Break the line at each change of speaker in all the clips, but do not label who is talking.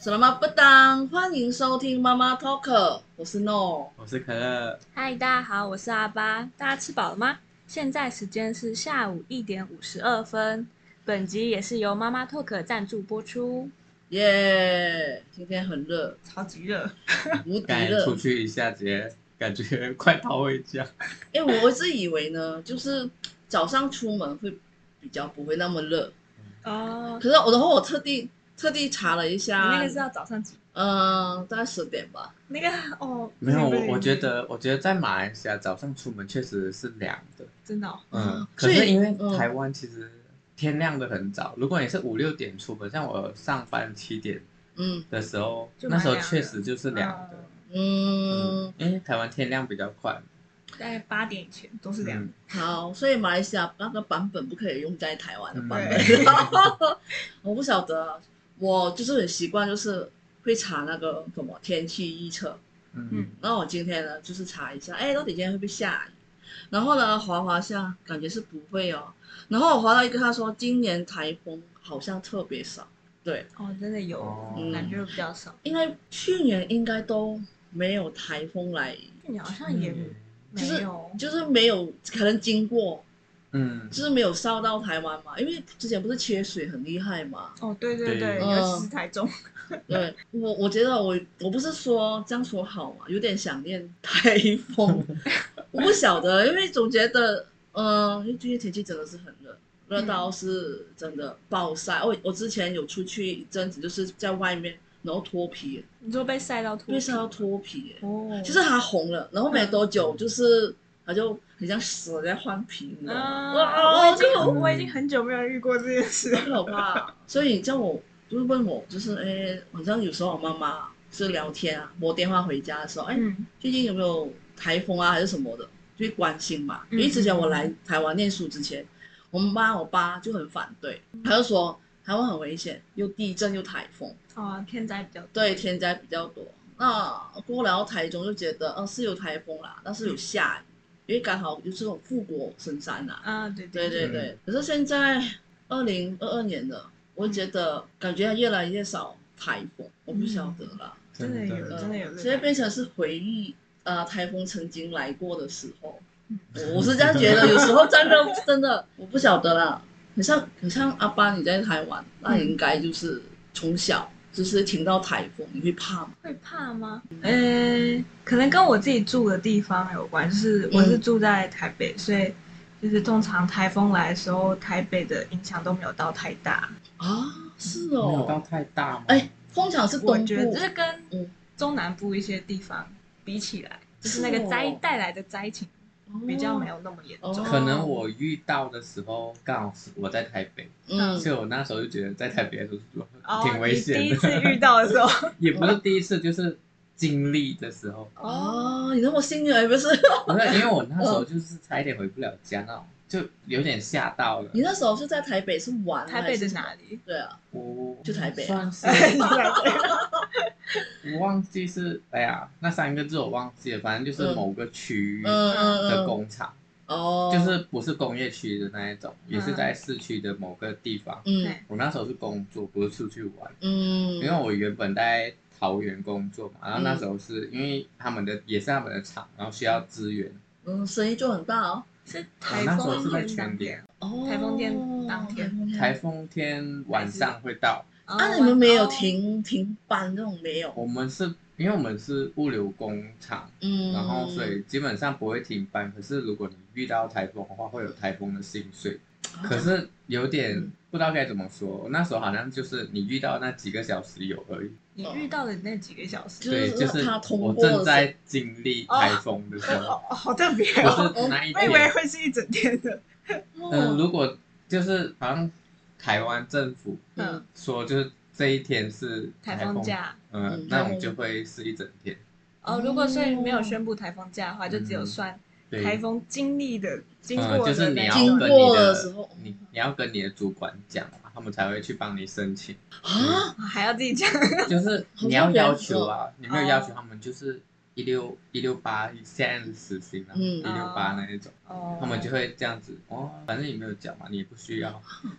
Selamat petang，欢迎收听妈妈 Talk，我是 No。
我是可乐，
嗨，大家好，我是阿巴，大家吃饱了吗？现在时间是下午一点五十二分，本集也是由妈妈 Talk 赞助播出。
耶、今天很热，
超级热，
无敌
赶紧
热
出。去一下，直接感觉快逃回家。
哎、我一直以为呢，就是早上出门会比较不会那么热，
哦，
可是我然后我特地特地查了一
你
下，
那个是要早上几？
嗯、大概十点吧。
那个哦，
没有，
那个
我我觉得，我觉得在马来西亚早上出门确实是凉的，
真的、哦，
嗯
嗯，可
所
是
以
因为
嗯
台湾其实天亮的很早，如果你是五六点出门，像我上班七点
嗯
的时候，
就蛮
那时候
凉的
确实就是凉的，
嗯
嗯，因为台湾天亮比较快，
大概八点以前
都是凉。
嗯，
好，所以马来西亚那个版本不可以用在台湾的版
对
本。 我不晓得，啊我就是很习惯，就是会查那个什么天气预测。
嗯，
然后我今天呢，就是查一下，哎，到底今天会不会下雨？然后呢，滑滑下，感觉是不会哦。然后我滑到一个，他说今年台风好像特别少，对，
哦，真的有，
哦
感觉比较少。
因为去年应该都没有台风来，
你好像也没
就是
有，
就是没有可能经过，
嗯，
就是没有烧到台湾嘛，因为之前不是缺水很厉害嘛。
哦，对对对，
对
尤其是台中，
对我，我觉得我我不是说这样说好嘛，有点想念台 风，我不晓得，因为总觉得，嗯、因为最近天气真的是很热，热到是真的暴晒。我我之前有出去一阵子，就是在外面，然后脱皮，
你就被晒到吐
因为是要脱皮，嗯
哦，
就是它红了，然后没多久就是它就很像死了在换皮，你知道吗？哇
啊，我已经
哦
我已经很久没有遇过这件事。
很可怕。所以你叫我就是问我，就是哎，好像有时候我妈妈是聊天啊，拨电话回家的时候，哎，
嗯，
最近有没有台风啊还是什么的，就会关心嘛。因
嗯
为之前我来台湾念书之前，我妈我爸就很反对，他就说台湾很危险，又地震又台风，
哦，天灾比较多。
对天灾比较多。那过来到台中就觉得，嗯、是有台风啦，但是有下雨，因为刚好就是这种富国深山呐、
啊，对
对对
嗯
对，可是现在二零二二年了，我觉得感觉越来越少台风，我不晓得啦，
真的有
呃
嗯真的有这个
所以变成是回忆呃台风曾经来过的时候
嗯，
我我是这样觉得，有时候真的真的我不晓得啦，很像很像阿巴你在台湾，那你应该就是从小就是听到台风，你会怕吗？
会怕吗？呃，可能跟我自己住的地方有关，就是我
嗯
是住在台北，所以就是通常台风来的时候，台北的影响都没有到太大。
啊，是
没有到
哦，
太大吗？
哎，通常是
我
东
觉得
部
就，是跟
嗯
中南部一些地方比起来，就是那
是
个
哦
灾带来的灾情比较没
哦，
有那么严
哦
重。
可能我遇到的时候刚好是我在台北，
嗯
所以我那时候就觉得在台北的时
哦
候挺危险
你第
的
一。次遇到的 时候，
也不是第一次，就是经历的时 候，
哦，你那么幸运，而不是？
不是因为我那时候就是差一点回不了家那种，就有点吓到了
你。那时候是在台北是玩
台北的
是？
哪里？
对啊，
我
去台北啊
算是 我忘记是哎呀，那三个字我忘记了，反正就是
嗯
某个区域
嗯嗯
的
嗯，
工厂，
哦，
就是不是工业区的那一种，也是在市区的某个地方。
嗯
对
我那时候是工作，不是出去玩，因为
嗯
我原本在桃园工作嘛，然后那时候是因为他们的也是他们的厂，然后需要资源，
嗯，生意做很大哦。
是
我
台
那时候
风
是在
天
全
当
联
天。
哦，
台风天当天
台风天
台风天晚上会到。
哦
啊，你们没有？停停班这种没有？
我们是因为我们是物流工厂，
嗯，
然后所以基本上不会停班。可是如果你遇到台风的话，会有台风的薪水。
啊
可是有点
嗯
不知道该怎么说。我那时候好像就是你遇到那几个小时有而已，
你遇到的那几个小时，
就是
对，就是
他通过
我
的时哦候
正在经历台风的时候，
哦，好特别
不
哦！
是那一
我以为
天。
会是一整天的。
嗯，
哦
如果就是好像台湾政府
嗯，
说，就是这一天是
台
风
风，假。
嗯
嗯，
那
台
我
风
们就会是一整天。嗯
哦，如果所以没有宣布台风假的话，就只有算
对，
台风经历的、经
嗯，
过
就是
的
你
那
要
经
种
跟
过
你
的
的
时候
你你要跟你的主管讲啊，他们才会去帮你申请。
啊，
还要自己讲。
就是
好
你
像
要
别人
要求啊，你没有
哦
要求，他们就是一六一六八现在是死刑啊，
嗯
一六八那一种，
哦，
他们就会这样子哦，反正你没有讲嘛，你也不需要。
欸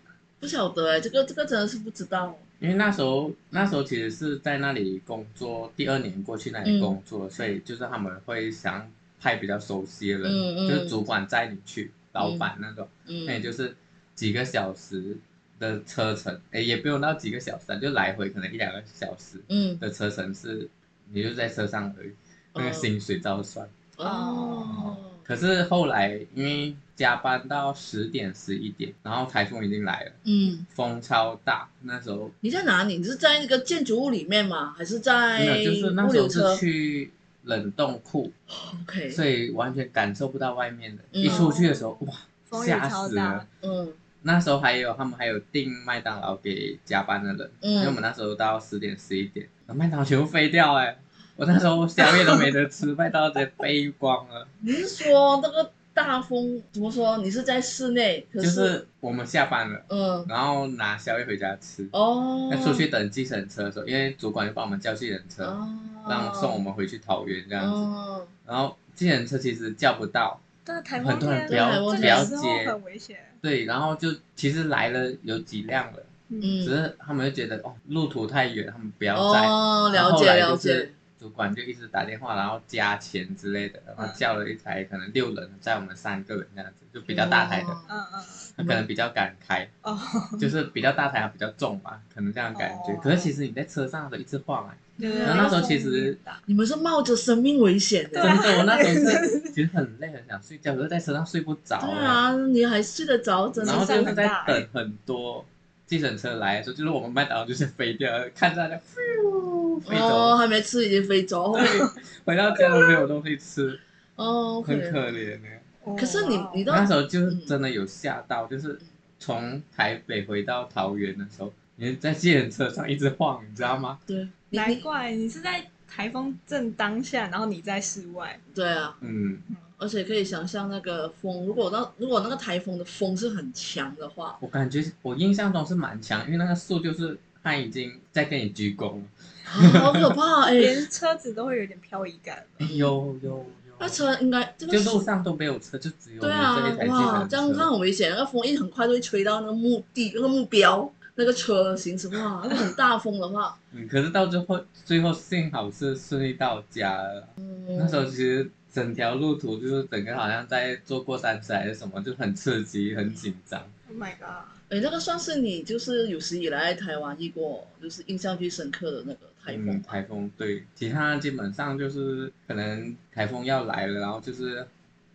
不晓得哎，这个这个真的是不知道。
因为那时候那时候其实是在那里工作，第二年过去那里工作，所以就是他们会想派比较熟悉的人，
嗯嗯
就是主管载你去，老板那种，那也
嗯，
就是几个小时的车程，哎，也不用到几个小时啊，就来回可能一两个小时
嗯，
的车程是，你就在车上而已，那个
哦
薪水照算。
哦，
可是后来因为加班到十点十一点，然后台风已经来了，
嗯，
风超大，那时候
你在哪里？你是在那个建筑物里面吗？还是在
没有，就是那
物
时
流
候
车
是去冷冻库，
？OK，
所以完全感受不到外面的。
嗯
一出去的时候，哇，
风雨
吓
超
死
大
了！
嗯
那时候还有他们还有订麦当劳给加班的人，因为我
嗯，
们那时候到十点十一点，麦当劳全部飞掉哎、我那时候宵夜都没得 吃，麦当劳直接飞光了。
你是说那个大风怎么说？你是在室内，可
就是是我们下班了，
嗯
然后拿宵夜回家吃。
哦，
那出去等计程车的时候，因为主管就帮我们叫计程车，
哦，
让送我们回去桃园这
这
样子。
哦，
然后计程车其实叫不到，
对啊，台
很
风
多人
天
不
对
要
我
不
这
要
个时候
接，
很危险。
对，然后就其实来了有几辆了，只
嗯，
是他们就觉得哦路途太远，他们不要载。
哦，
然
了
后后
解
来
了
就
解
是，主管就一直打电话，然后加钱之类的，然后叫了一台可能六人载我们三个人这样子，就比较大台的，
哦
嗯嗯
他可能比较敢开，
嗯哦，
就是比较大台它比较重吧，可能这样感觉。
哦
可是其实你在车上的一直晃啊，
对对
然后
那时候其实
你们是冒着生命危险的，
对
真
啊
的，我那时候是其实很累，很想睡觉，可是在车上睡不着、
啊
哎
对啊，你还睡得着，真
然后
的
上
就
很
是
大
在
哎
欸
等很多计程车来的时候，就是我们麦当劳就是飞掉，看着它就咻飞走，
哦，还没吃已经飞走，
回到家都没有东西吃，
哦
很
，OK，嗯
可怜呢、
哦
可是你你都
那时候就是真的有吓到，就是从台北回到桃园的时候，你在计程车上一直晃，你知道吗？
对，你
难
你
怪你是在台风正当下，然后你在室外，
对啊，
嗯，
而且可以想象那个风，如果那如果那个台风的风是很强的话，
我感觉我印象中是蛮强，因为那个树就是它已经在跟你鞠躬
啊
了。
好可怕哎！
连车子都会有点漂移感。
哎呦呦
那
呦！
车应该这个
就路上都没有车，就只有
对
你这一
啊
台，计
哇，
程
这样这样
车。
很危险，那个风一很快就会吹到那个目的那个目标那个车行驶， 哇，那个很大风的话，
嗯，可是到最后，最后幸好是顺利到家了。
嗯
那时候其实整条路途就是整个好像在坐过山车还是什么，就很刺激，很紧张。
Oh my god！
哎，那个算是你就是有史以来台湾遇过就是印象最深刻的那个台风
嗯，
吧。
台风对，其他基本上就是可能台风要来了，然后就是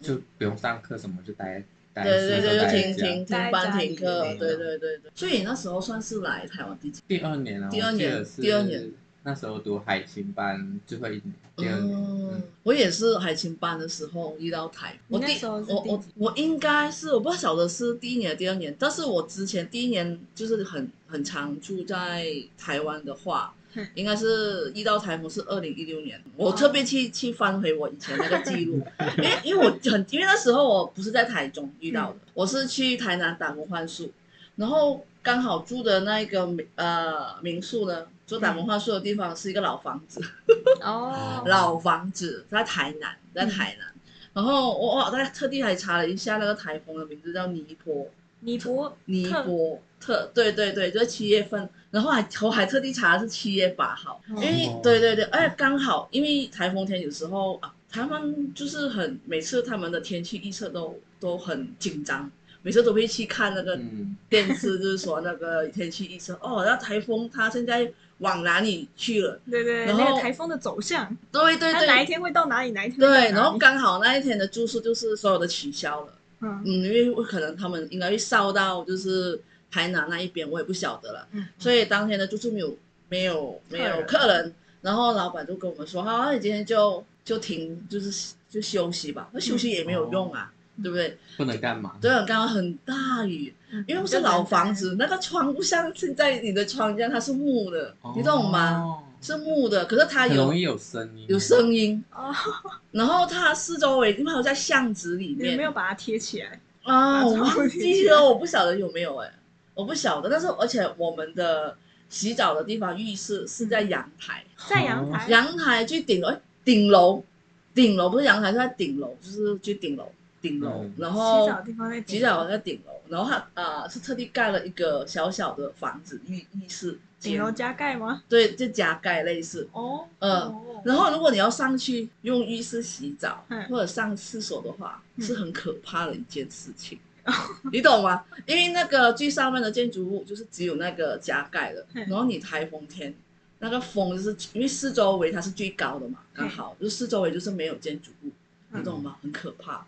就不用上课什么，就待待
嗯对对
宿舍
对，就
待在
停
家。
停
待在
停班
家里
停课
面，
对对对对。所以那时候算是来台湾第几？
第二年啊，
第二
我记
年
得是
第二年
那时候读海青班最后一年，第二年。
嗯
嗯，
我也是海青班的时候遇到台，
你
我
那
第
时候是
我
第
我
几
我应该是我不晓得是第一年还是第二年，但是我之前第一年就是很很常住在台湾的话
嗯。
应该是遇到台风是二零一六年，我特别去去翻回我以前那个记 录，因为因为我很因为那时候我不是在台中遇到
嗯
的，我是去台南打工换宿，然后刚好住的那一个民呃民宿呢，住
嗯
打工换宿的地方是一个老房子，
哦
嗯老房子在台南，在台南。
嗯
然后我我在特地还查了一下那个台风的名字叫尼泊，
尼泊
尼泊特，对对对，就在七月份。然后还我还特地查的是七月八号，因为
哦
对对对，哎刚好因为台风天有时候啊，他们就是很每次他们的天气预测都都很紧张，每次都会去看那个
嗯，
电视，就是说那个 天气预测，哦，那台风它现在往哪里去了？
对对，
然
那
后
个台风的走向，
对对
它
对，
哪一天会到哪里，哪一天会到哪
对，
里
然后刚好那一天的住宿就是所有的取消了，
嗯，
嗯，因为我可能他们应该会烧到就是台南那一边，我也不晓得了，
嗯
所以当天的住宿没有没有没有
客
客人，然后老板就跟我们说，好，那你今天就就停，就是就休息吧，那休息也没有用啊，
嗯
对不对？
不能干嘛？
对，刚刚很大雨，因为是
就
老
嗯很
房
难
子，那个窗不像现在你的窗一样，它是木的，
哦，
你懂吗？是木的，可是它
很
有
容易有声音，
有声音，
哦，
然后它四周围，因为它有在巷子里
你
面，
没有把它贴起来，
啊，
把
我
窗
忘
户贴
记
起来
了，我不晓得有没有哎、我不晓得。但是而且我们的洗澡的地方浴室是在阳台，
在
哦
阳台，
阳台最顶楼，哎顶楼，顶楼不是阳台，是在顶楼，就是最顶楼。顶楼，
嗯
然
洗
后
澡的地方在
洗澡在顶楼，然后他啊、呃是特地盖了一个小小的房子浴浴室
顶
间，
楼加盖吗？
对，就加盖类似。
哦，
呃
哦
然后如果你要上去用浴室洗澡、
嗯
或者上厕所的话，
嗯哦
是很可怕的一件事情，你懂吗？因为那个最上面的建筑物就是只有那个加盖的，
嗯
然后你台风天。那个风就是因为四周围它是最高的嘛，刚好就四周围就是没有建筑物，你
嗯
懂吗？很可怕。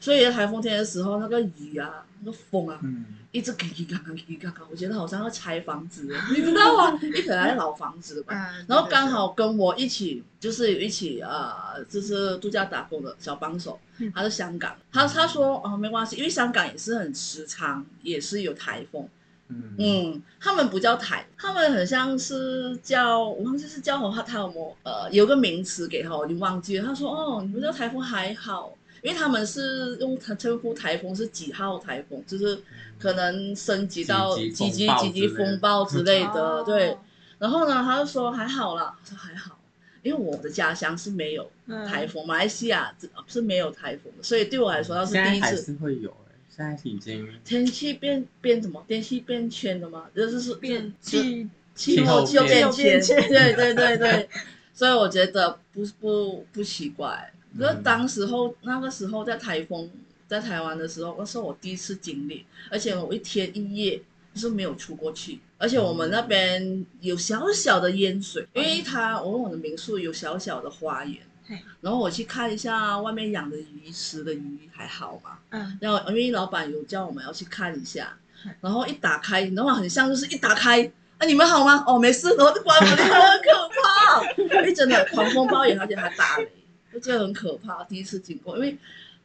所以台风天的时候，那个雨啊，那个风啊，
嗯，
一直叽叽嘎嘎叽叽嘎嘎，我觉得好像要拆房子，你知道吗？因为可能还是老房子吧。
嗯
然后刚好跟我一起，就是有一起呃，就是度假打工的小帮手
嗯，
他是香港，他他说哦没关系，因为香港也是很时常也是有台风，
嗯
嗯，他们不叫台，他们很像是叫我忘记是叫他他有么呃有个名词给他，我已经忘记了。他说哦，你们叫台风还好，因为他们是用称呼台风是几号台风，就是可能升级到
几
几
级
级
风暴
几级
之类的
风
嗯
暴之类的，
哦
对。然后呢，他就说还好啦，我说还好，因为我的家乡是没有
嗯
台风，马来西亚这是没有台风的，所以对我来说那是
现
第
在
一
还
次。
是会有哎，现在已经
天气变变什么？天气变圈了吗？就是是
变
就
气
气候
气候
变
变迁
对对对对，所以我觉得不不不奇怪。那
嗯
当时候那个时候在台风在台湾的时候，那是我第一次经历，而且我一天一夜就是没有出过去，而且我们那边有小小的淹水，因为它我们的民宿有小小的花园
嘿，
然后我去看一下外面养的鱼吃的鱼还好吗？
嗯，
然后因为老板有叫我们要去看一下
嗯，
然后一打开，你知道吗？很像就是一打开，啊，你们好吗？哦，没事，然后就关门，很可怕，因为真的狂风暴雨，而且还打雷，就觉得很可怕。第一次经过，因为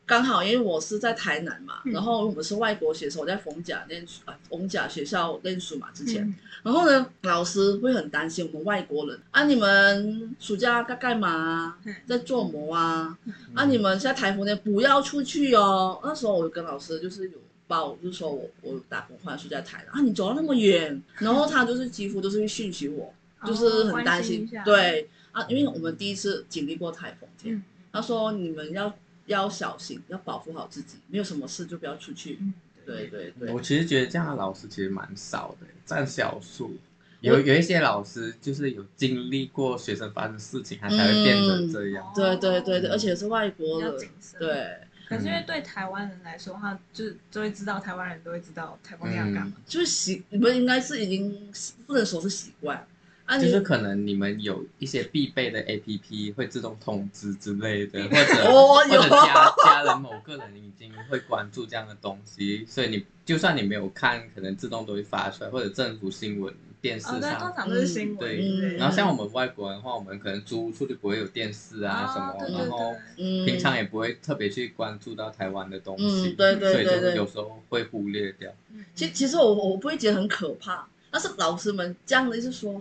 刚好因为我是在台南嘛，
嗯
然后我们是外国学生，我在逢甲念书啊，逢甲学校念书嘛，之前，
嗯
然后呢，老师会很担心我们外国人啊，你们暑假在干嘛啊
嗯？
在做么啊？啊，你们现在台风天不要出去哦。那时候我跟老师就是有报，就是说我我有打工换宿在台南啊，你走到那么远，然后他就是几乎就是会训息我，就是很担心，，对啊，因为我们第一次经历过台风天，
嗯
他说你们要要小心，要保护好自己，没有什么事就不要出去。
嗯，
对对对，
我其实觉得这样的老师其实蛮少的，占少数。有有一些老师就是有经历过学生发生的事情，他才会变成这样。
对对对对，
嗯
而且是外国
比较
人，
谨慎，。
对。
可是因为对台湾人来说，他就是就会知道台湾人都会知道台风天要干嘛，
就是习，你们应该是已经习不能说是习惯啊你，
就是可能你们有一些必备的 A P P 会自动通知之类的，或者
哦
或
有
者家家人某个人已经会关注这样的东西，所以你就算你没有看，可能自动都会发出来，或者政府新闻、电视
哦，对，通
上。
常都是新闻，
嗯对
对，
然后像我们外国人的话，我们可能租屋处就不会有电视啊什么，
哦对
然后
嗯，
对
平常也不会特别去关注到台湾的东西，
嗯对对
所以
对
就
对
有时候会忽略掉。
其其实我我不会觉得很可怕，但是老师们这样的就是说，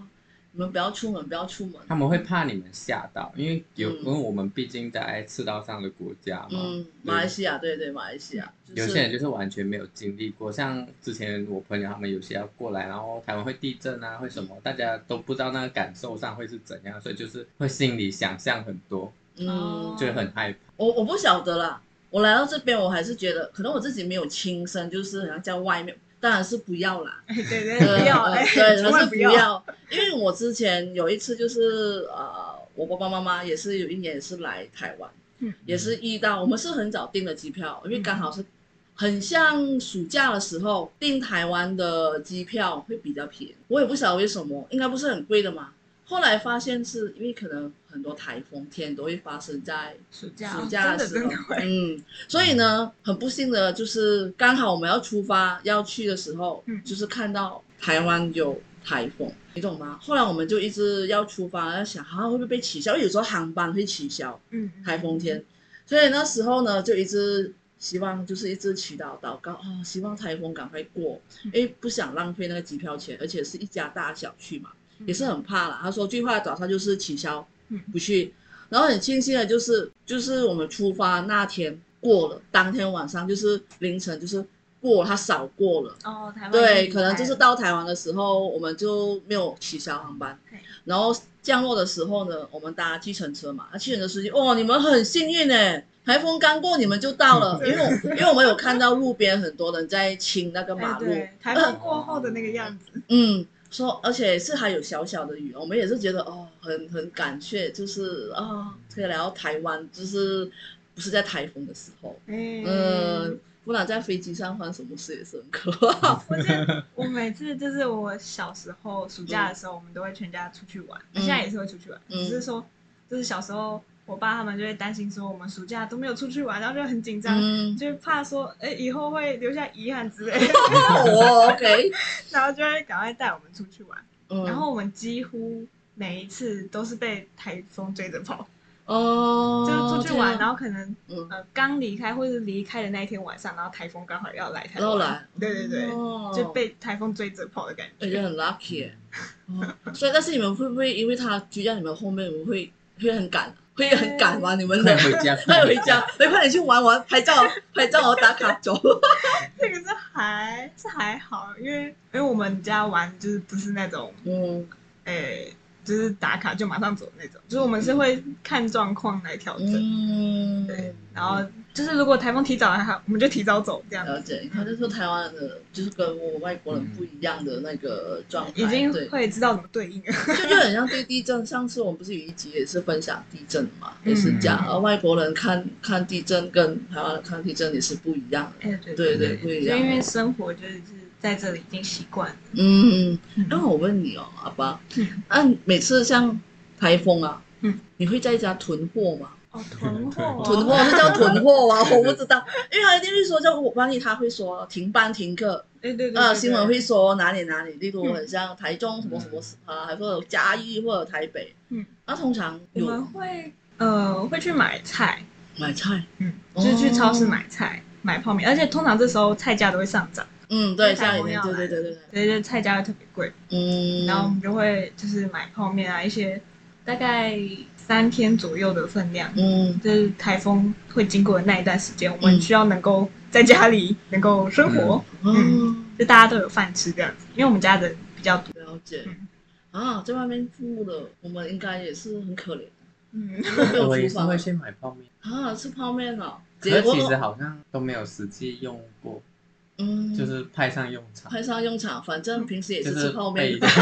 你们不要出门，不要出门，
他们会怕你们吓到，因为有、
嗯
因为我们毕竟在赤道上的国家嘛，
嗯，
对
马来西亚，对对，马来西亚，就是、
哦嗯有些人就是完全没有经历过，像之前我朋友他们有些要过来，然后台湾会地震啊，会什
嗯
么，大家都不知道那个感受上会是怎样，所以就是会心里想象很多，
嗯
哦，
就会 很害怕。
我我不晓得啦，我来到这边我还是觉得，可能我自己没有亲身，就是好像在外面，当然是不要啦，
哎对 对
呃
对，不要，
呃
哎，
对，
千
还是
万
不
不，
要，因为我之前有一次就是呃，我爸爸妈妈也是有一年也是来台湾，
嗯
也是遇到我们是很早订的机票，因为刚好是很像暑假的时候订台湾的机票会比较便宜，我也不晓得为什么，应该不是很贵的嘛。后来发现是因为可能很多台风天都会发生在
暑假，
暑假的
真的
时
真
候
的 会，，
嗯，所以呢，很不幸的就是刚好我们要出发要去的时候，
嗯
就是看到台湾有台风，你懂吗？后来我们就一直要出发，要想啊会不会被取消，因为有时候航班会取消，
嗯，
台风天，所以那时候呢，就一直希望就是一直祈祷祷告啊、希望台风赶快过，因为不想浪费那个机票钱，而且是一家大小去嘛，也是很怕啦。他说最坏的早上就是取消
嗯，
不去。然后很庆幸的就是，就是我们出发那天过了，当天晚上就是凌晨就是过了，他少过了。
哦，台湾
对，可能就是到台湾的时候，我们就没有取消航班
对，
然后降落的时候呢，我们搭计程车嘛，那计程车司机，哦，你们很幸运哎，台风刚过你们就到了，因为我因为我们有看到路边很多人在清那个
哎
马路，
对，台风过后的那个样子，
嗯，说而且是还有小小的雨，我们也是觉得哦，很很感谢，就是啊、可以来到台湾，就是不是在台风的时候，嗯
嗯，，
不然在飞机上发生什么事也是很可 怕。
哦我 记得我每次就是我小时候暑假的时候，我们都会全家出去玩，
嗯
现在也是会出去玩，
嗯
只是说就是小时候我爸他们就会担心说我们暑假都没有出去玩，然后就很紧张，
嗯，
就怕说哎、以后会留下遗憾之类的，
哦，OK，
然后就会赶快带我们出去玩，
嗯，
然后我们几乎每一次都是被台风追着跑，
哦，
就是出去玩，然
后
后可能
嗯，
呃刚离开或是离开的那一天晚上，然后台风刚好要来台
然后
湾，
来，
对对对，
哦
就被台风追着跑的感
哎，也
觉。
很 lucky，耶哦，所以但是你们会不会因为他居在你们后面，你们会会很赶，会很赶
哎
吗？你们
快
的？
回家，
快回家，哎，快点去玩玩，拍照，拍照，我打卡走。
这个是还是还好，因为因为我们家玩就是不是那种
嗯
诶、就是打卡就马上走的那种，就是我们是会看状况来调整。
嗯，
对然后就是如果台风提早来，我们就提早走这样
嗯了
子，
解。你看，这是台湾的，就是跟我们外国人不一样的那个状态，
已经
哎对，
会知道怎么对应了。
就就很像对地震。上次我们不是有一集也是分享地震嘛，也是讲
嗯
啊，外国人看看地震跟台湾人看地震也是不一样的。
哎、对
对对，不一
就
样哦
因
的。
为生活就是在这里已经习惯了。
嗯，
嗯
那我问你哦，阿爸，
嗯
那每次像台风啊，
嗯，
你会在家囤货吗？
哦，囤货哦，
囤货是叫囤货吗？ 我不知 道，因为他一定会说叫我，万一他会说停班停课，
哎，对对对，
呃，
对
新闻会说哪里哪里，例如
嗯
很像台中什么什么啊，还或者嘉义或者台北，
嗯，
那通常
我
有
们会呃会去买菜，
买菜，
嗯，
哦
就是去超市买菜、买泡面，而且通常这时候菜价都会上涨，
嗯，对，
因为台
下雨
风
天，
要
对
来
对对对对，
所以就菜价会特别贵。
嗯，
然后我们就会就是买泡面啊，一些大概三天左右的分量，
嗯
就是台风会经过的那一段时间，我们需要能够在家里能够生活，
嗯，
就大家都有饭吃这样子，因为我们家人比较多。
了解
嗯
啊，在外面住的，我们应该也是很可怜，
嗯，
没有
我也
厨
是
房
会去买泡面，
啊，吃泡面了，
可
结
是
果
其实好像都没有实际用过，
嗯，
就是派上用场，
派上用场，反正平时也
就是是
吃泡面
被。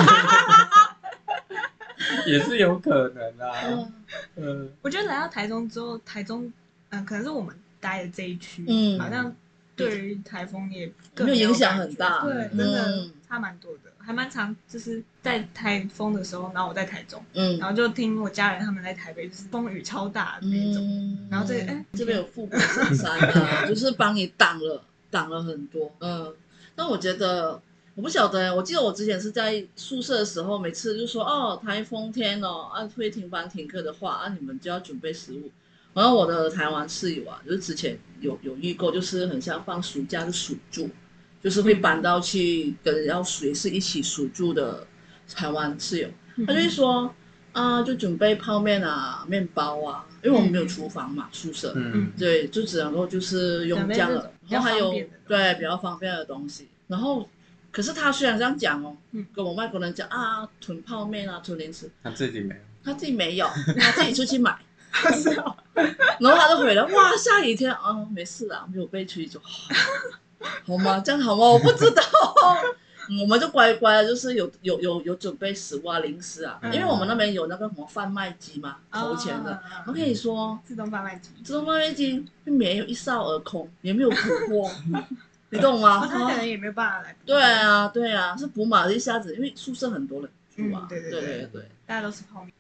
也是有可能啊。
嗯
嗯，
我觉得来到台中之后，台中嗯、可能是我们待的这一区，
嗯
好像对于台风也更
没有影响
感觉
很大
对，
嗯
真的
嗯
差蛮多的，还蛮常就是在台风的时候，然后我在台中，
嗯
然后就听我家人他们在台北就是风雨超大的那一种，
嗯
然后这个哎
这边有富国神山 啊，就是帮你挡了挡了很多。嗯，但我觉得我不晓得，我记得我之前是在宿舍的时候，每次就说哦台风天哦，啊会停班停课的话，啊你们就要准备食物。然后我的台湾室友啊，就是之前有有遇过，就是很像放暑假是暑住，就是会搬到去跟要谁是一起暑住的台湾室友。嗯 他就
嗯
会说啊，就准备泡面啊、面包啊，因为我们
嗯
没有厨房嘛，宿舍，
嗯，
对，就只能够就是用这样
准备
的，然
那种
后还有
比较方便
对比较方便的
的东西
东西。然后，可是他虽然这样讲哦，
嗯
跟我外国人讲啊，囤泡面啊，囤零食，
他自己没有。
他自己没有，他自己出去买，
是哦，
然后他就回来，哇，下雨天啊，没事啦，没有被吹走， 好吗？这样好吗？我不知道。 嗯我们就乖乖的，就是有有有有准备食物啊、零食啊，
嗯
因为我们那边有那个什么贩卖机嘛，投钱的。
啊
我跟你说，
自动贩卖 机，
自动贩卖机并没有一扫而空，也没有补货， 你懂吗？
哦，他可能也没有办法来，
对，啊，对啊，是补满了一下子，因为宿舍很多人住啊
嗯，对
对
对对
对对。
大家都吃泡面，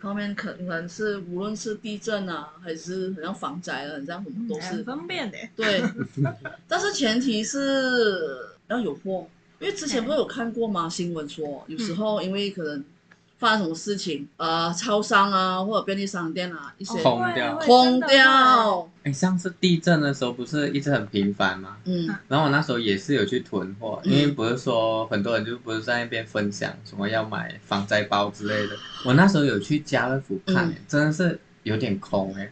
旁边可能是无论是地震啊，还是很像防灾啊，很像什么都
嗯很
是哦
方便的，
对，但是前提是要有货，因为之前不是有看过吗？新闻说有
嗯
时候因为可能发生什么事情，呃，超商啊或者便利商店啊一些
空
哦
掉
空，掉，
哎，上次地震的时候不是一直很频繁吗？
嗯
然后我那时候也是有去囤货，
嗯
因为不是说很多人就不是在那边分享什么要买防灾包之类的。我那时候有去家乐福看、
嗯
真的是有点空哎、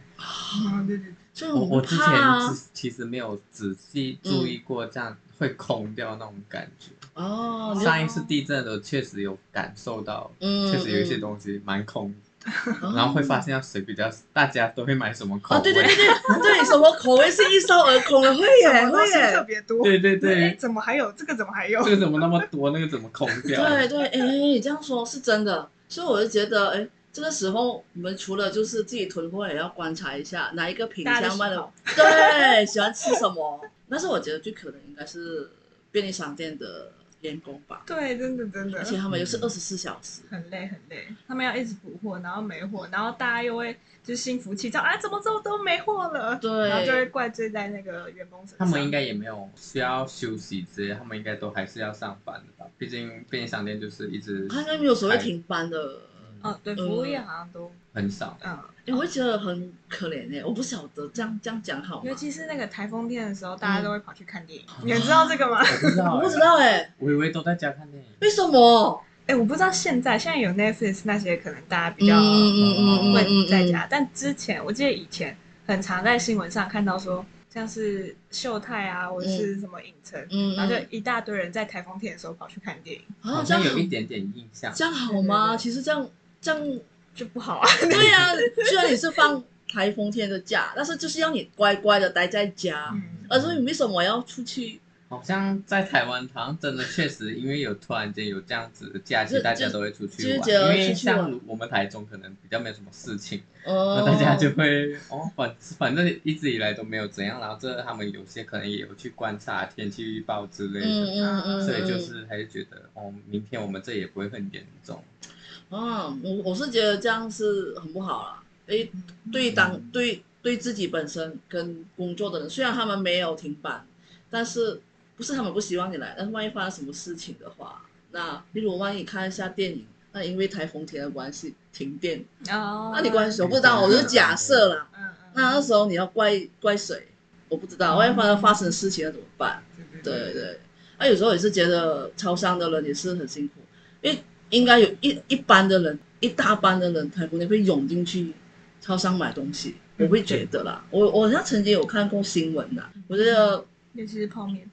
嗯，对对对，
所以
我我
很
之前
怕啊嗯
只其实没有仔细注意过这样会空掉那种感觉。
哦，你
上一次地震的时候确实有感受到，
嗯，
确实有一些
嗯
东西蛮空的。然后会发现要谁比较，大家都会买什么口
哦，
味，
对对对对 对，什么口味是一扫而空的，会耶
东
会
西特
耶，
别多。
对对对
哎，怎么还有这个？怎么还有？
这个怎么那么多，那个怎么空掉？
对对，哎，你这样说是真的，所以我就觉得，哎，这个时候我们除了就是自己囤货，也要观察一下哪一个品
大家的
相
喜
卖的
好，
对，喜欢吃什么。但是我觉得最可能应该是便利商店的员工吧，
对，真的真的
而，且他们又是
嗯
二十四小时。
很累很累。他们要一直补货，然后没货，然后大家又会就是心浮气躁啊，怎么这么多没货了？
对
然后就会怪罪在那个员工身上。
他们应该也没有需要休息之类，他们应该都还是要上班的吧？毕竟便利商店就是一直
他应该没有所
嗯
谓
开，
停班的，
哦，对，服务业
嗯
好像都
很少。
嗯，
哎，我会觉得很可怜哎，我不晓得这样这样讲好吗
尤？其是那个台风天的时候，
嗯
大家都会跑去看电影。你们知道这个吗？
我不知道、
我不知，道啊哎，
我以为都在家看电影。
为什么？
哎、我不知道现在现在有 Netflix 那些，可能大家比较
嗯
会在家，但之前我记得以前很常在新闻上看到说，像是秀泰啊，或者是什么影城，
嗯，嗯，
然后就啊
嗯
一大堆人在台风天的时候跑去看电影，
啊，
好
这样
像
好
有一点点印象，
这样好吗？
对对对
其实这样这样，
就不好啊。
对呀、虽然你是放台风天的假，但是就是要你乖乖的待在家。
嗯
而说你为什么要出去？
好像在台湾，好像真的确实，因为有突然间有这样子的假期，
就
大家都会出去
就
玩。
觉得
因
出
为
去玩
像我们台中可能比较没有什么事情，
哦
那，大家就会哦，反反正一直以来都没有怎样。然后这他们有些可能也有去观察天气预报之类
嗯
的，
嗯嗯，
啊所以就是还是觉得哦，明天我们这也不会很严重。
嗯，我我是觉得这样是很不好啦。诶，对当
嗯
对对自己本身跟工作的人，虽然他们没有停班，但是不是他们不希望你来，但是万一发生什么事情的话，那例如万一看一下电影，那因为台风天的关系停电，
哦，
那你关系我不知道，我是假设啦。
嗯嗯，
那那时候你要怪怪谁？我不知道，万一发生发生事情了怎么办？
候
对
嗯
对，那、有时候也是觉得超商的人也是很辛苦，因为应该有一一班的人，一大班的人，台风天会涌进去超商买东西，我会觉得啦，
嗯
我我好像曾经有看过新闻呐，我觉得
尤其是泡面，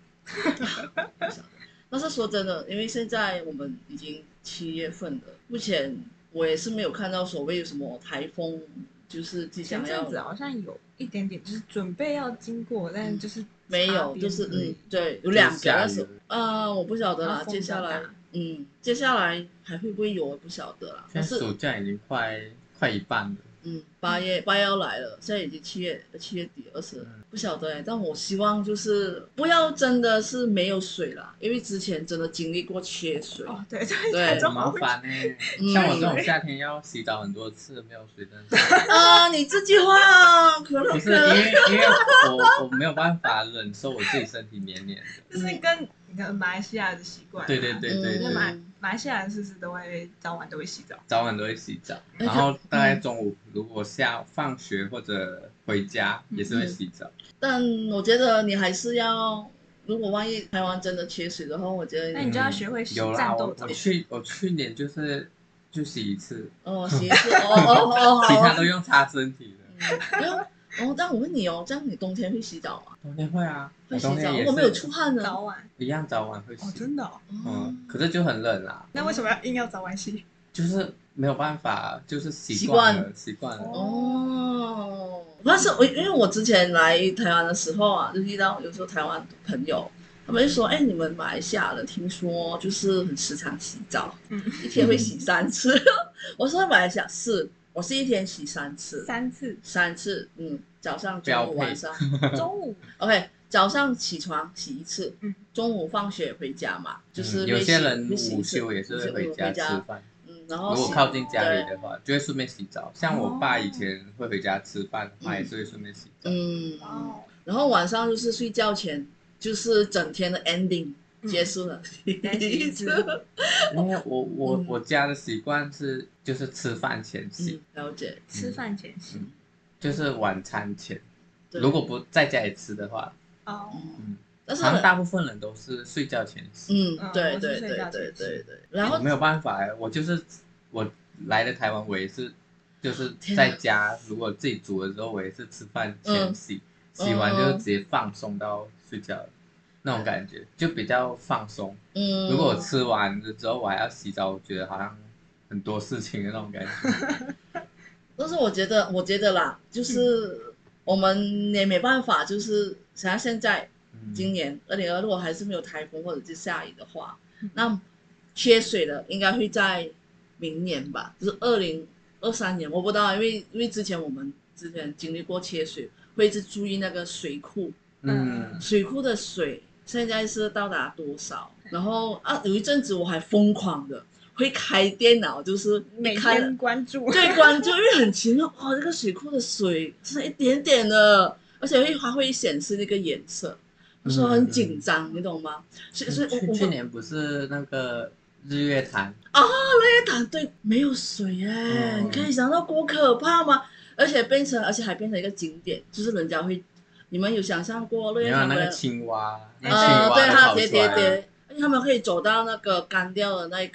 但是说真的，因为现在我们已经七月份了，目前我也是没有看到所谓有什么台风，就是即
前
将要
阵子啊好像有一点点，就是准备要经过，但就是
嗯没有，就是嗯，对，有两个
下
那
雨
时候
了，
啊，我不晓得
然
啦
后，风
接
比较
下来
大，
嗯，接下来还会不会有，我不晓得啦。
现
但
在
是，
暑假已经快快一半了，
嗯，八月八月要来了，现在已经七月七月底二十，
嗯
不晓得哎、但我希望就是不要真的是没有水啦，因为之前真的经历过缺水，
哦，对对
对
台
很
中
麻
好会
烦呢、
嗯
像我这种夏天要洗澡很多次没有水，真的是。
啊，你这句话啊可乐
不是因
哥，
为因为我我没有办法忍受我自己身体黏黏的，
就是跟你的马来西亚的习惯啊、
对对对对
嗯
那
对，
马马来西亚人是不是都会早晚都会洗澡？
早晚都会洗澡，
哎
然后大概中午如果下放学或者回家
嗯
也是会洗澡，
但我觉得你还是要，如果万一台湾真的缺水的话，我觉得
那你就要学会洗
有啦，
战斗
我
澡
我。去我去年就是就洗一次，
哦，洗一次，哦哦哦，
其
好
他
啊。
都用擦身体的。
嗯，然后，但我问你哦，这样你冬天会洗澡吗？
冬天会啊，
会
我
洗
冬
澡？
天
如
也
果没有
是
出汗哦呢？
早晚
一样早晚会
哦，
洗，
真的、哦？
嗯，可是就很冷啦，
那为什么要硬要早晚洗？
就是没有办法，就是习
习
惯
惯
了习惯了，
哦，但是我因为我之前来台湾的时候啊，就遇到有时候台湾朋友，他们就说：“哎，你们马来西亚人听说就是很时常洗澡，
嗯，
一天会洗三次。” 我说：“马来西亚是，我是一天洗三次，，
三次
三次，嗯，早上、
标
中午、
配
晚上。
中午
OK，早上起床洗一次
嗯，
中午放学回家嘛，就是
嗯有
会
些
洗
人
会洗一
午
次
休也是
午休
会回
家
家吃饭。
嗯，然后
如果
洗
靠近家里
对
的话，就会顺便洗澡。像我爸以前会回家吃饭的话，
嗯
也是会顺便洗澡。
嗯，
哦，
然后晚上就是睡觉前，就是整天的 ending、
嗯
结束了，
再洗一 次
因为我我
嗯
我家的习惯是，就是吃饭前洗
嗯，，了解。
吃饭前洗
嗯就是晚餐前。
对
如果不在家里吃的话，
哦，
嗯，
嗯，
但是
好像大部分人都是睡觉前洗。
嗯
嗯，
对
我是
对
睡
对
觉
对
前
对
吃
对，然后
哎我没有办法欸，我就是我来了台湾，我也是，就是
天
在
啊
家如果自己煮的时候，我也是吃饭前
嗯
洗，洗完就
嗯
直接放松到睡觉了那种感觉，就比较放松。
嗯，
如果我吃完了之后我还要洗澡，我觉得好像很多事情的那种感 觉。
但是我觉得，我觉得啦，
嗯
就是我们也没办法，就是像现在
嗯
今年二零二如果还是没有台风或者是下雨的话，
嗯
那缺水的应该会在明年吧，就是二零二三年，我不知道，因为因为之前我们之前经历过缺水，会一直注意那个水库，
嗯，
水库的水现在是到达多少？然后啊，有一阵子我还疯狂的会开电脑，就是一
每
开
天 关注。
对关注，因为很奇妙哦哇，这个水库的水是一点点的，而且会还会显示那个颜色，我说很紧张，你懂吗？所以所以我
嗯去
我
去
们
年不是那个日月潭，
在答对没有水哎、
嗯
你可以想到多可怕吗？而且变成而且还变成一个景点，就是人家会，你们有想象过日
没
月
有啊
潭
那
的
个青蛙，那个
呃，
青蛙
对，
就
还有
跑
叠
出
叠
来了。
叠，而且他们可以走到那个干掉的那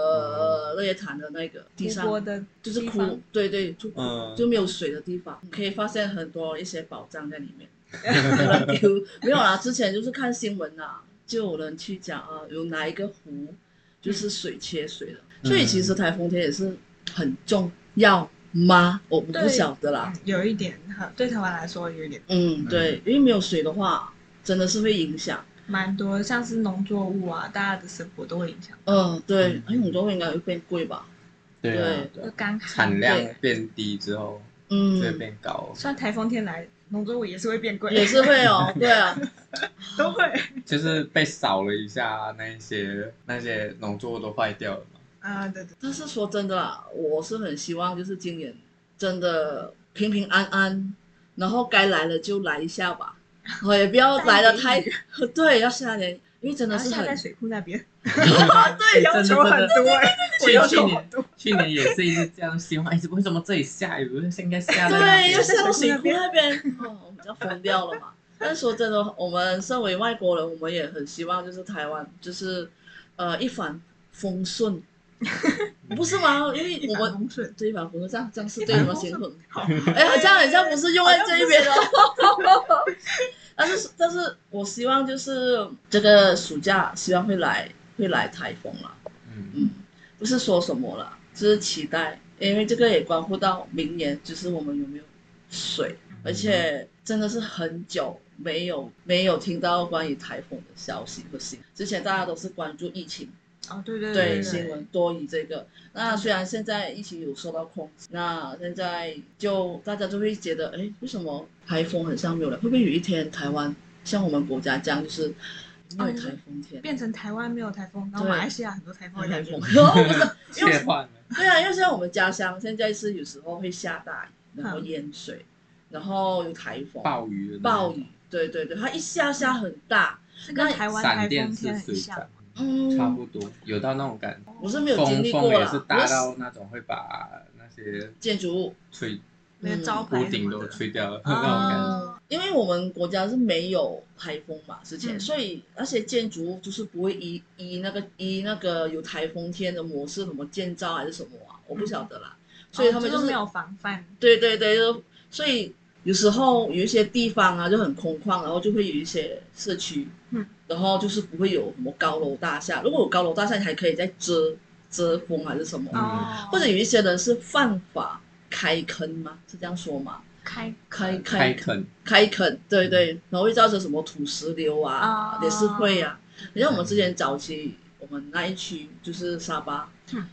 个日月潭的那个地上
哦湖，泊的
就是
地
枯
方，
对对，就枯
嗯
就没有水的地方，可以发现很多一些宝藏在里面。有人丢没有啦，之前就是看新闻啦，就有人去讲啊，有哪一个湖就是水缺水了，所以其实台风天也是很重要吗？我不
对
晓得啦
嗯。有一点，哈对台湾来说有一点
嗯，对，因为没有水的话，真的是会影响。
蛮多，像是农作物啊，大家的生活都会影响，
嗯，对
嗯，
哎，很多会应该会变贵吧？
对啊，对
就
啊
干旱
产。量变低之后就会
嗯，
变高。
虽然台风天来，农作物也是会变贵，
也是会哦，对啊，
都会。
就是被扫了一下，那一些那些农作物都坏掉了嘛。
啊，对对，
但是说真的啦，我是很希望就是今年真的平平安安，然后该来了就来一下吧，我也不要来的太 对，要下年，因为真的
然后
是
下
很
在水库 那边，
哎
对，要求很多哎， 我
去
要
去
求好
年
多。
去年也是一直这样希望，哎，为什么这里下雨？不是应该下在那
对，
边
要下到水库那边，哦，我们要疯掉了嘛。但是说真的，我们身为外国人，我们也很希望就是台湾就是呃一帆风顺，不是吗？因为
一
我
帆
们
风顺，
对吧？我们这样这样是
一
对的
帆
吗？
风
贤
顺
惠。
好，
哎，好像好像不是用在这一边哦。但是但是我希望就是这个暑假希望会来会来台风啦，
嗯，
嗯，不是说什么啦，就是期待，因为这个也关乎到明年，就是我们有没有水，而且真的是很久没有没有听到关于台风的消息和新，之前大家都是关注疫情。
哦，对对
对
对
新闻多以这个。
嗯
那虽然现在疫情有受到控制，那现在就大家就会觉得，哎，为什么台风很像没有了？会不会有一天台湾像我们国家这样，就是没有台风天？
变成台湾没有台风，然后
对
马来西亚很多台风的
台
感觉
风，， 然后不是，因
切
为
换了。
对啊，因为像我们家乡现在是有时候会下大雨，然后
嗯
淹水，然后有台风、
暴雨的那种
暴雨，对对对，它一下下很大，
是跟台湾台
闪
风天
电式
很
水
像
灾，
嗯，
差不多有到那种感觉。
我是没有经
风
历
风
过
也
啦
是，
我
大
是
到那种会把那些
建筑物。
吹
那个招牌
屋
什
顶
么
都
哦的
吹掉了那种感觉。
啊
嗯，因为我们国家是没有台风嘛，之前，
嗯
所以那些建筑物就是不会依依那个依那个有台风天的模式，什么建造还是什么啊，我不晓得啦。所以他们
哦
就是是
没有防范，
对对对，就所以有时候有一些地方啊就很空旷，然后就会有一些社区，
嗯，
然后就是不会有什么高楼大厦。如果有高楼大厦，你还可以再遮遮风还是什么，
嗯
哦，
或者有一些人是犯法开坑吗？是这样说吗？
开
开
呃开垦，
开垦，对对，然后会造成什么土石流啊，
啊
也是会啊。你像我们之前早期，我们那一区就是沙巴，
嗯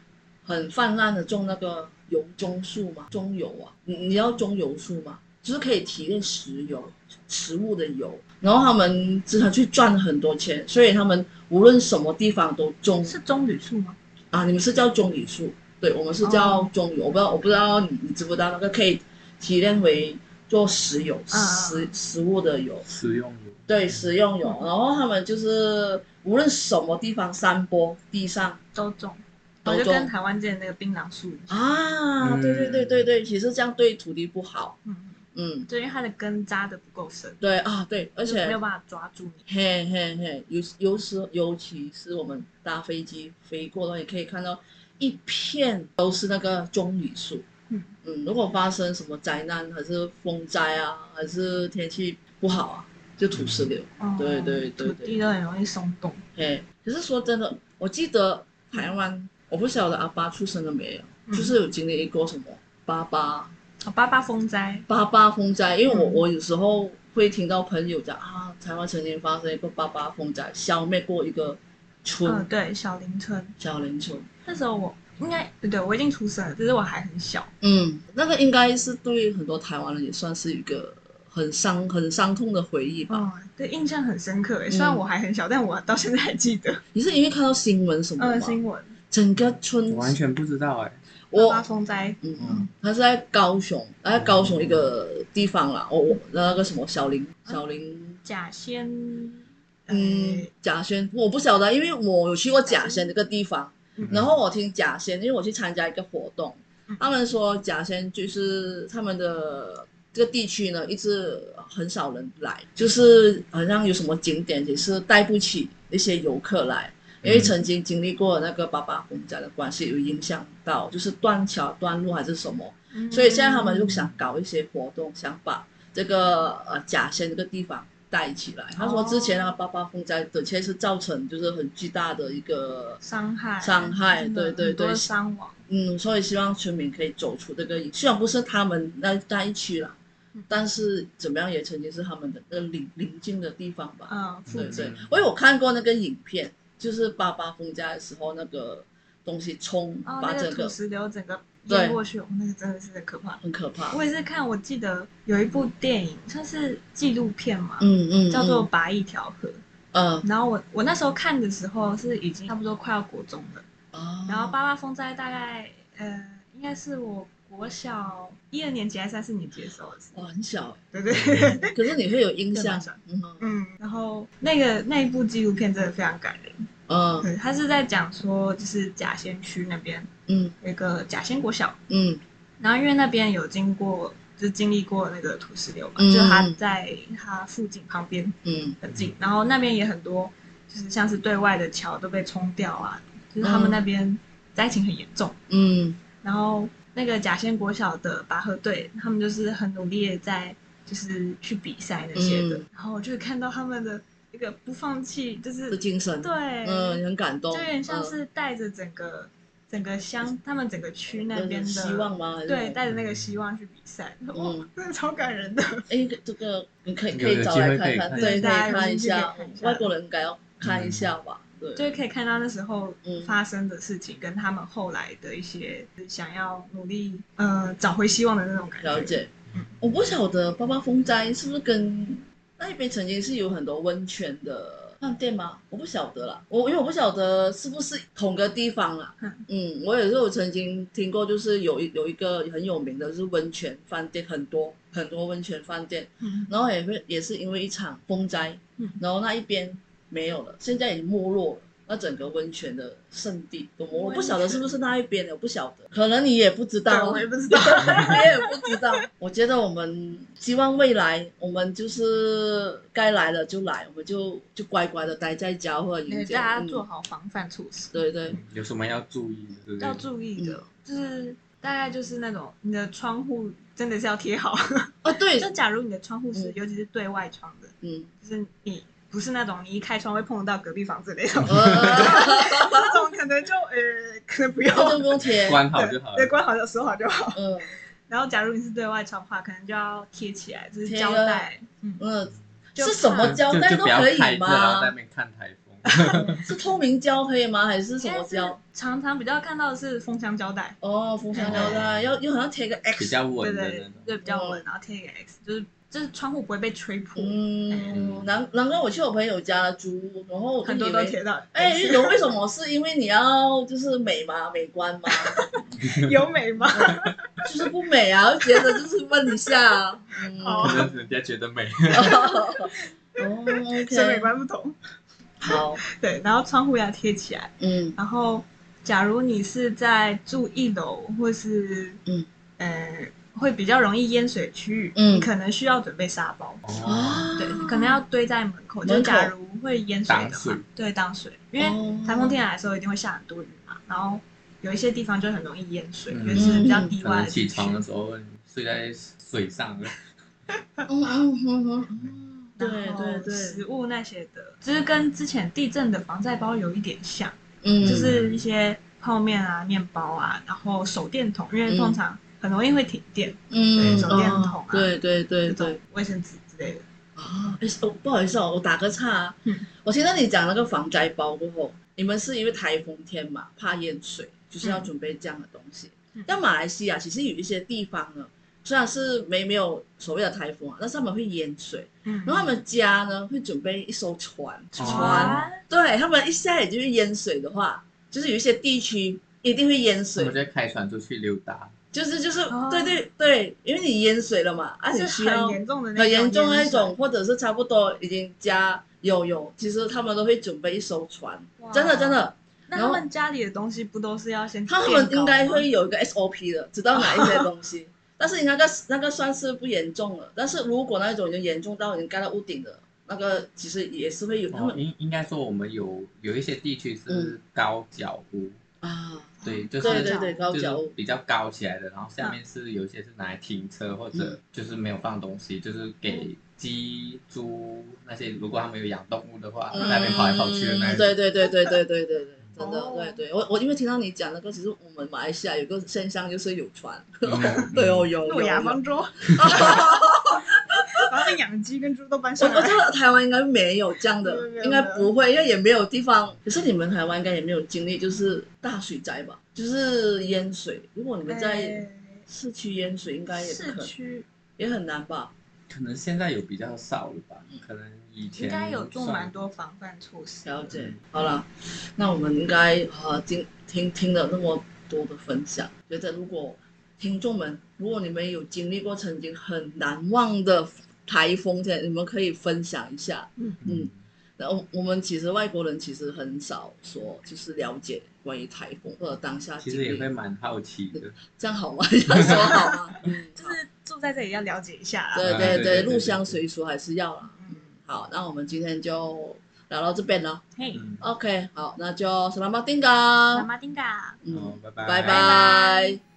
很泛滥的种那个油棕树嘛，棕油啊，你你要棕油树嘛，就是可以提炼石油、食物的油，然后他们经常去赚很多钱，所以他们无论什么地方都种
是棕榈树吗？
啊，你们是叫棕榈树，对我们是叫
哦
棕榈，我不知道，我不知道你你知不知道那个可以提炼为做食油、
嗯
食食物的油，
食用油。
对，食用油。然后他们就是无论什么地方，山坡、地上
都种，
都
我就
嗯种
跟台湾之前那个槟榔树，
啊，对对对对对，其实这样对土地不好，
嗯，
嗯，
对，因为它的根扎的不够深，
对啊，对，而
而
且
没有办法抓住你，
嘿嘿嘿，尤尤时尤其是我们搭飞机飞过的话，你可以看到一片都是那个棕榈树。
嗯
如果发生什么灾难，还是风灾啊，还是天气不好啊，就土石流。
哦
对对对
土地都很容易松动，
嘿，可是说真的，我记得台湾我不晓得阿爸出生了没有，
嗯
就是有经历过什么八八
哦，八八风灾，
八八风灾，因为我、
嗯
我有时候会听到朋友讲啊，台湾曾经发生一个八八风灾，消灭过一个村、
嗯，对，小林村，
小林村，
那时候我应该对，我已经出生了，只是我还很小。
嗯，那个应该是对很多台湾人也算是一个很伤很伤痛的回忆吧。
哦，对，印象很深刻耶。欸虽然
嗯
我还很小，但我到现在还记得。
你是因为看到新闻什么吗？
嗯，新闻
整个村
我完全不知道哎、
八八
我
风灾，
嗯，他是在高雄，在高雄一个地方啦。我我那个什么小林小林，
甲仙，
嗯
嗯，，
甲仙，我不晓得，因为我有去过甲仙这个地方，
嗯
然后我听甲仙，因为我去参加一个活动
嗯，
他们说甲仙就是他们的。这个地区呢，一直很少人来，就是好像有什么景点也是带不起一些游客来，因为
嗯
曾经经历过那个八八洪灾的关系，有影响到，就是断桥、断路还是什么，
嗯
所以现在他们就想搞一些活动，想把这个呃甲仙这个地方带起来。他说之前啊，八八风灾的确是造成就是很巨大的一个
伤害，
伤害
真的
对对
很多
对
伤亡。
嗯，所以希望村民可以走出这个影，虽然不是他们那那一区啦
嗯，
但是怎么样也曾经是他们的呃邻邻近的地方吧。
嗯，
对
附
不
近
对
嗯，
我有看过那个影片，就是八八风灾的时候那个东西冲，
哦，
把
那个
整
土
个
石流整个
对
淹过去，哦那个真的是很可怕。
很可怕。
我也是看，我记得有一部电影，算是纪录片嘛，
嗯嗯，
叫做《
嗯
拔一条河》。
呃，
然后我我那时候看的时候是已经差不多快要国中了，然后
啊
八八风灾大概呃应该是我国小一二年级还是三四年级的时候的事，
哇很小欸
对 对。
可是你会有印
对
象
蛮小的，
嗯
嗯，然后那个那一部纪录片真的非常感人，
嗯
对，他是在讲说就是甲仙区那边
嗯
有一个甲仙国小，
嗯
然后因为那边有经过就是经历过那个土石流嘛，
嗯
就他在他附近旁边
嗯
很近，然后那边也很多，就是像是对外的桥都被冲掉啊，就是他们
嗯
那边灾情很严重。
嗯
然后那个甲仙国小的拔河队，他们就是很努力的在就是去比赛那些的，
嗯
然后我就会看到他们的那个不放弃，就是
的精神，
对，
嗯，很感动，
就有点像
嗯
是带着整个整个乡，他们整个区那
有点
边的
希望吗？还是
对，
什么
带着那个希望去比赛，哇
嗯，
真的超感人的。
哎，这个你可以
有
可以
有
找
机
来
会可
看
以
看，
看
对，
对
可
大家
以
有
看一
兴趣可以
下
看一，下
外国人应该要看一下吧，
就是
嗯
对，
可以看到那时候
嗯
发生的事情，跟他们后来的一些想要努力呃找回希望的那种感觉。
了解
嗯。
我不晓得八八风灾是不是跟那边曾经是有很多温泉的饭店吗？我不晓得啦，我因为我不晓得是不是同个地方啦。
嗯
嗯，我也是有曾经听过，就是有一有一个很有名的，就是温泉饭店，很多很多温泉饭店，
嗯
然后也会也是因为一场风灾，
嗯
然后那一边没有了，现在已经没落了。那整个温泉的圣地都没落，我不晓得是不是那一边的，我不晓得，可能你也不知道
对，
啊，
我也不知道。
我也不知道。我觉得我们希望未来，我们就是该来了就来，我们就就乖乖的待在家或者迎
对
接。
大家做
嗯、
好防范措施，
对嗯对，
有什么要注意的？对不对
要注意的，就是大概就是那种你的窗户真的是要 贴好。
哦对，
就假如你的窗户是
嗯，
尤其是对外窗的，
嗯，，
就是你不是那种你一开窗会碰到隔壁房子那种
呃，
那种可能就呃可能不要。
这就不用贴，
关好就好
对，
了。
关好就锁好就好。
嗯
然后，假如你是对外窗的话，可能就要贴起来，就是
贴
胶
了
带。嗯，
嗯，
就是
什么
怕
胶
就
带
就
都
不要
可以
开着，然后
吗
在那？边看台风。
是透明胶可以吗？还是什
现
么
在
胶
是？常常比较看到的是封箱胶带，
哦，封箱胶带，要要好像贴个 X，
比较稳的
对
啊
对
那种。
对，比较稳，然后贴一个 X，就是就是窗户不会被吹破，
哦嗯，难难怪我去我朋友家租，然后我就
很多
以
都
为
贴到 X。
哎， 有为什么？是因为你要就是美 吗？美观吗？
有美 吗？
就是不美啊，就觉得就是问一下啊。嗯，
好
可能人家觉得美，
哦
审美
，OK，
观不同。
好，
对，然后窗户要贴起来。
嗯
然后，假如你是在住一楼或是
嗯
呃会比较容易淹水区域，
嗯
你可能需要准备沙包。
哦，
对，可能要堆在门口，
门
就
口哦
是假如会淹水的
挡水
话，对，挡水，因为台风天来的时候一定会下很多雨嘛，然后有一些地方就很容易淹水，
嗯
就是比较低
可
洼
能
的地
起
区。
床的时候睡在水上，
嗯嗯嗯嗯，对对对，
食物那些的，就是跟之前地震的防晒包有一点像，
嗯，
就是一些泡面啊、面包啊，然后手电筒，因为
嗯
通常很容易会停电，
嗯，
手电筒啊
哦对对对
这
对
种。卫生纸之类的。
啊，哎、哦，不好意思哦，我打个岔、啊。
嗯
我听到你讲那个防灾包过后，你们是因为台风天嘛，怕淹水，就是要
嗯
准备这样的东西。
嗯
但马来西亚其实有一些地方呢，虽然是没没有所谓的台风啊，但是他们会淹水，
嗯
然后他们家呢会准备一艘船，
哦
船，
对他们一下雨就会淹水的话，就是有一些地区一定会淹
我
水
们，就开船出去溜达，
就是就是、
哦
对对对，因为你淹水了嘛，而且
是
需要
很严重的那种
很严重那
淹
一
水
种，，或者是差不多已经家有有，其实他们都会准备一艘船，
哇
真的真。的，
那
然
他
后
们家里的东西不都是要先
他
垫
们
高
应该
吗
会有一个 SOP 的，知道哪一些东西。但是你那个那个算是不严重了，但是如果那种已经严重到已经盖到屋顶的那个，其实也是会有他
哦，
们
应应该说我们有有一些地区是高脚屋，
啊，
对，
嗯
就是
对对对，高
高脚
就
脚
是
屋，嗯
比较高起来的，然后下面是有一些是拿来停车或者就是没有放东西，就是
嗯
给鸡、猪那些，如果他们有养动物的话，在那边跑来跑去的那
嗯
一
对对
种。
对对对对对对，真的
哦
对对，我我因为听到你讲那个，其实我们马来西亚有个现象就是有船，
嗯
对 哦，有
诺
有
亚
有
方舟， 把那养鸡跟猪都搬
我
上
我
来
知。道台湾应该没有这样
没有
的
没，有
应该不会，因为也没有地方。可是你们台湾应该也没有经历，就是大水灾吧，就是淹水。如果你们在市区淹水，应该
哎
也
市
很
区
也很难吧？
可能现在有比较少了吧，
嗯
可能以前
应该有做
算
蛮多防范措施。
了解
嗯。
好了，那我们应该呃听听听了那么多的分享，觉得如果听众们，如果你们有经历过曾经很难忘的台风天，你们可以分享一下。嗯
嗯，
然后我们其实外国人其实很少说，就是了解关于台风或者当下
其
经
实也
历，
会蛮好奇的。
这样好吗？ 这样说好吗？嗯，
就
好
是住在这里要了解一下啦。
对
啊
对
对
对，
对对
入
对
乡随俗还是要啦。
嗯，
好，那我们今天就聊到这边了。
嘿，
嗯，
OK，好，那就 selamat
妈
tinggal，
妈丁嘎。
好
嗯，，
拜拜，
拜
拜
拜。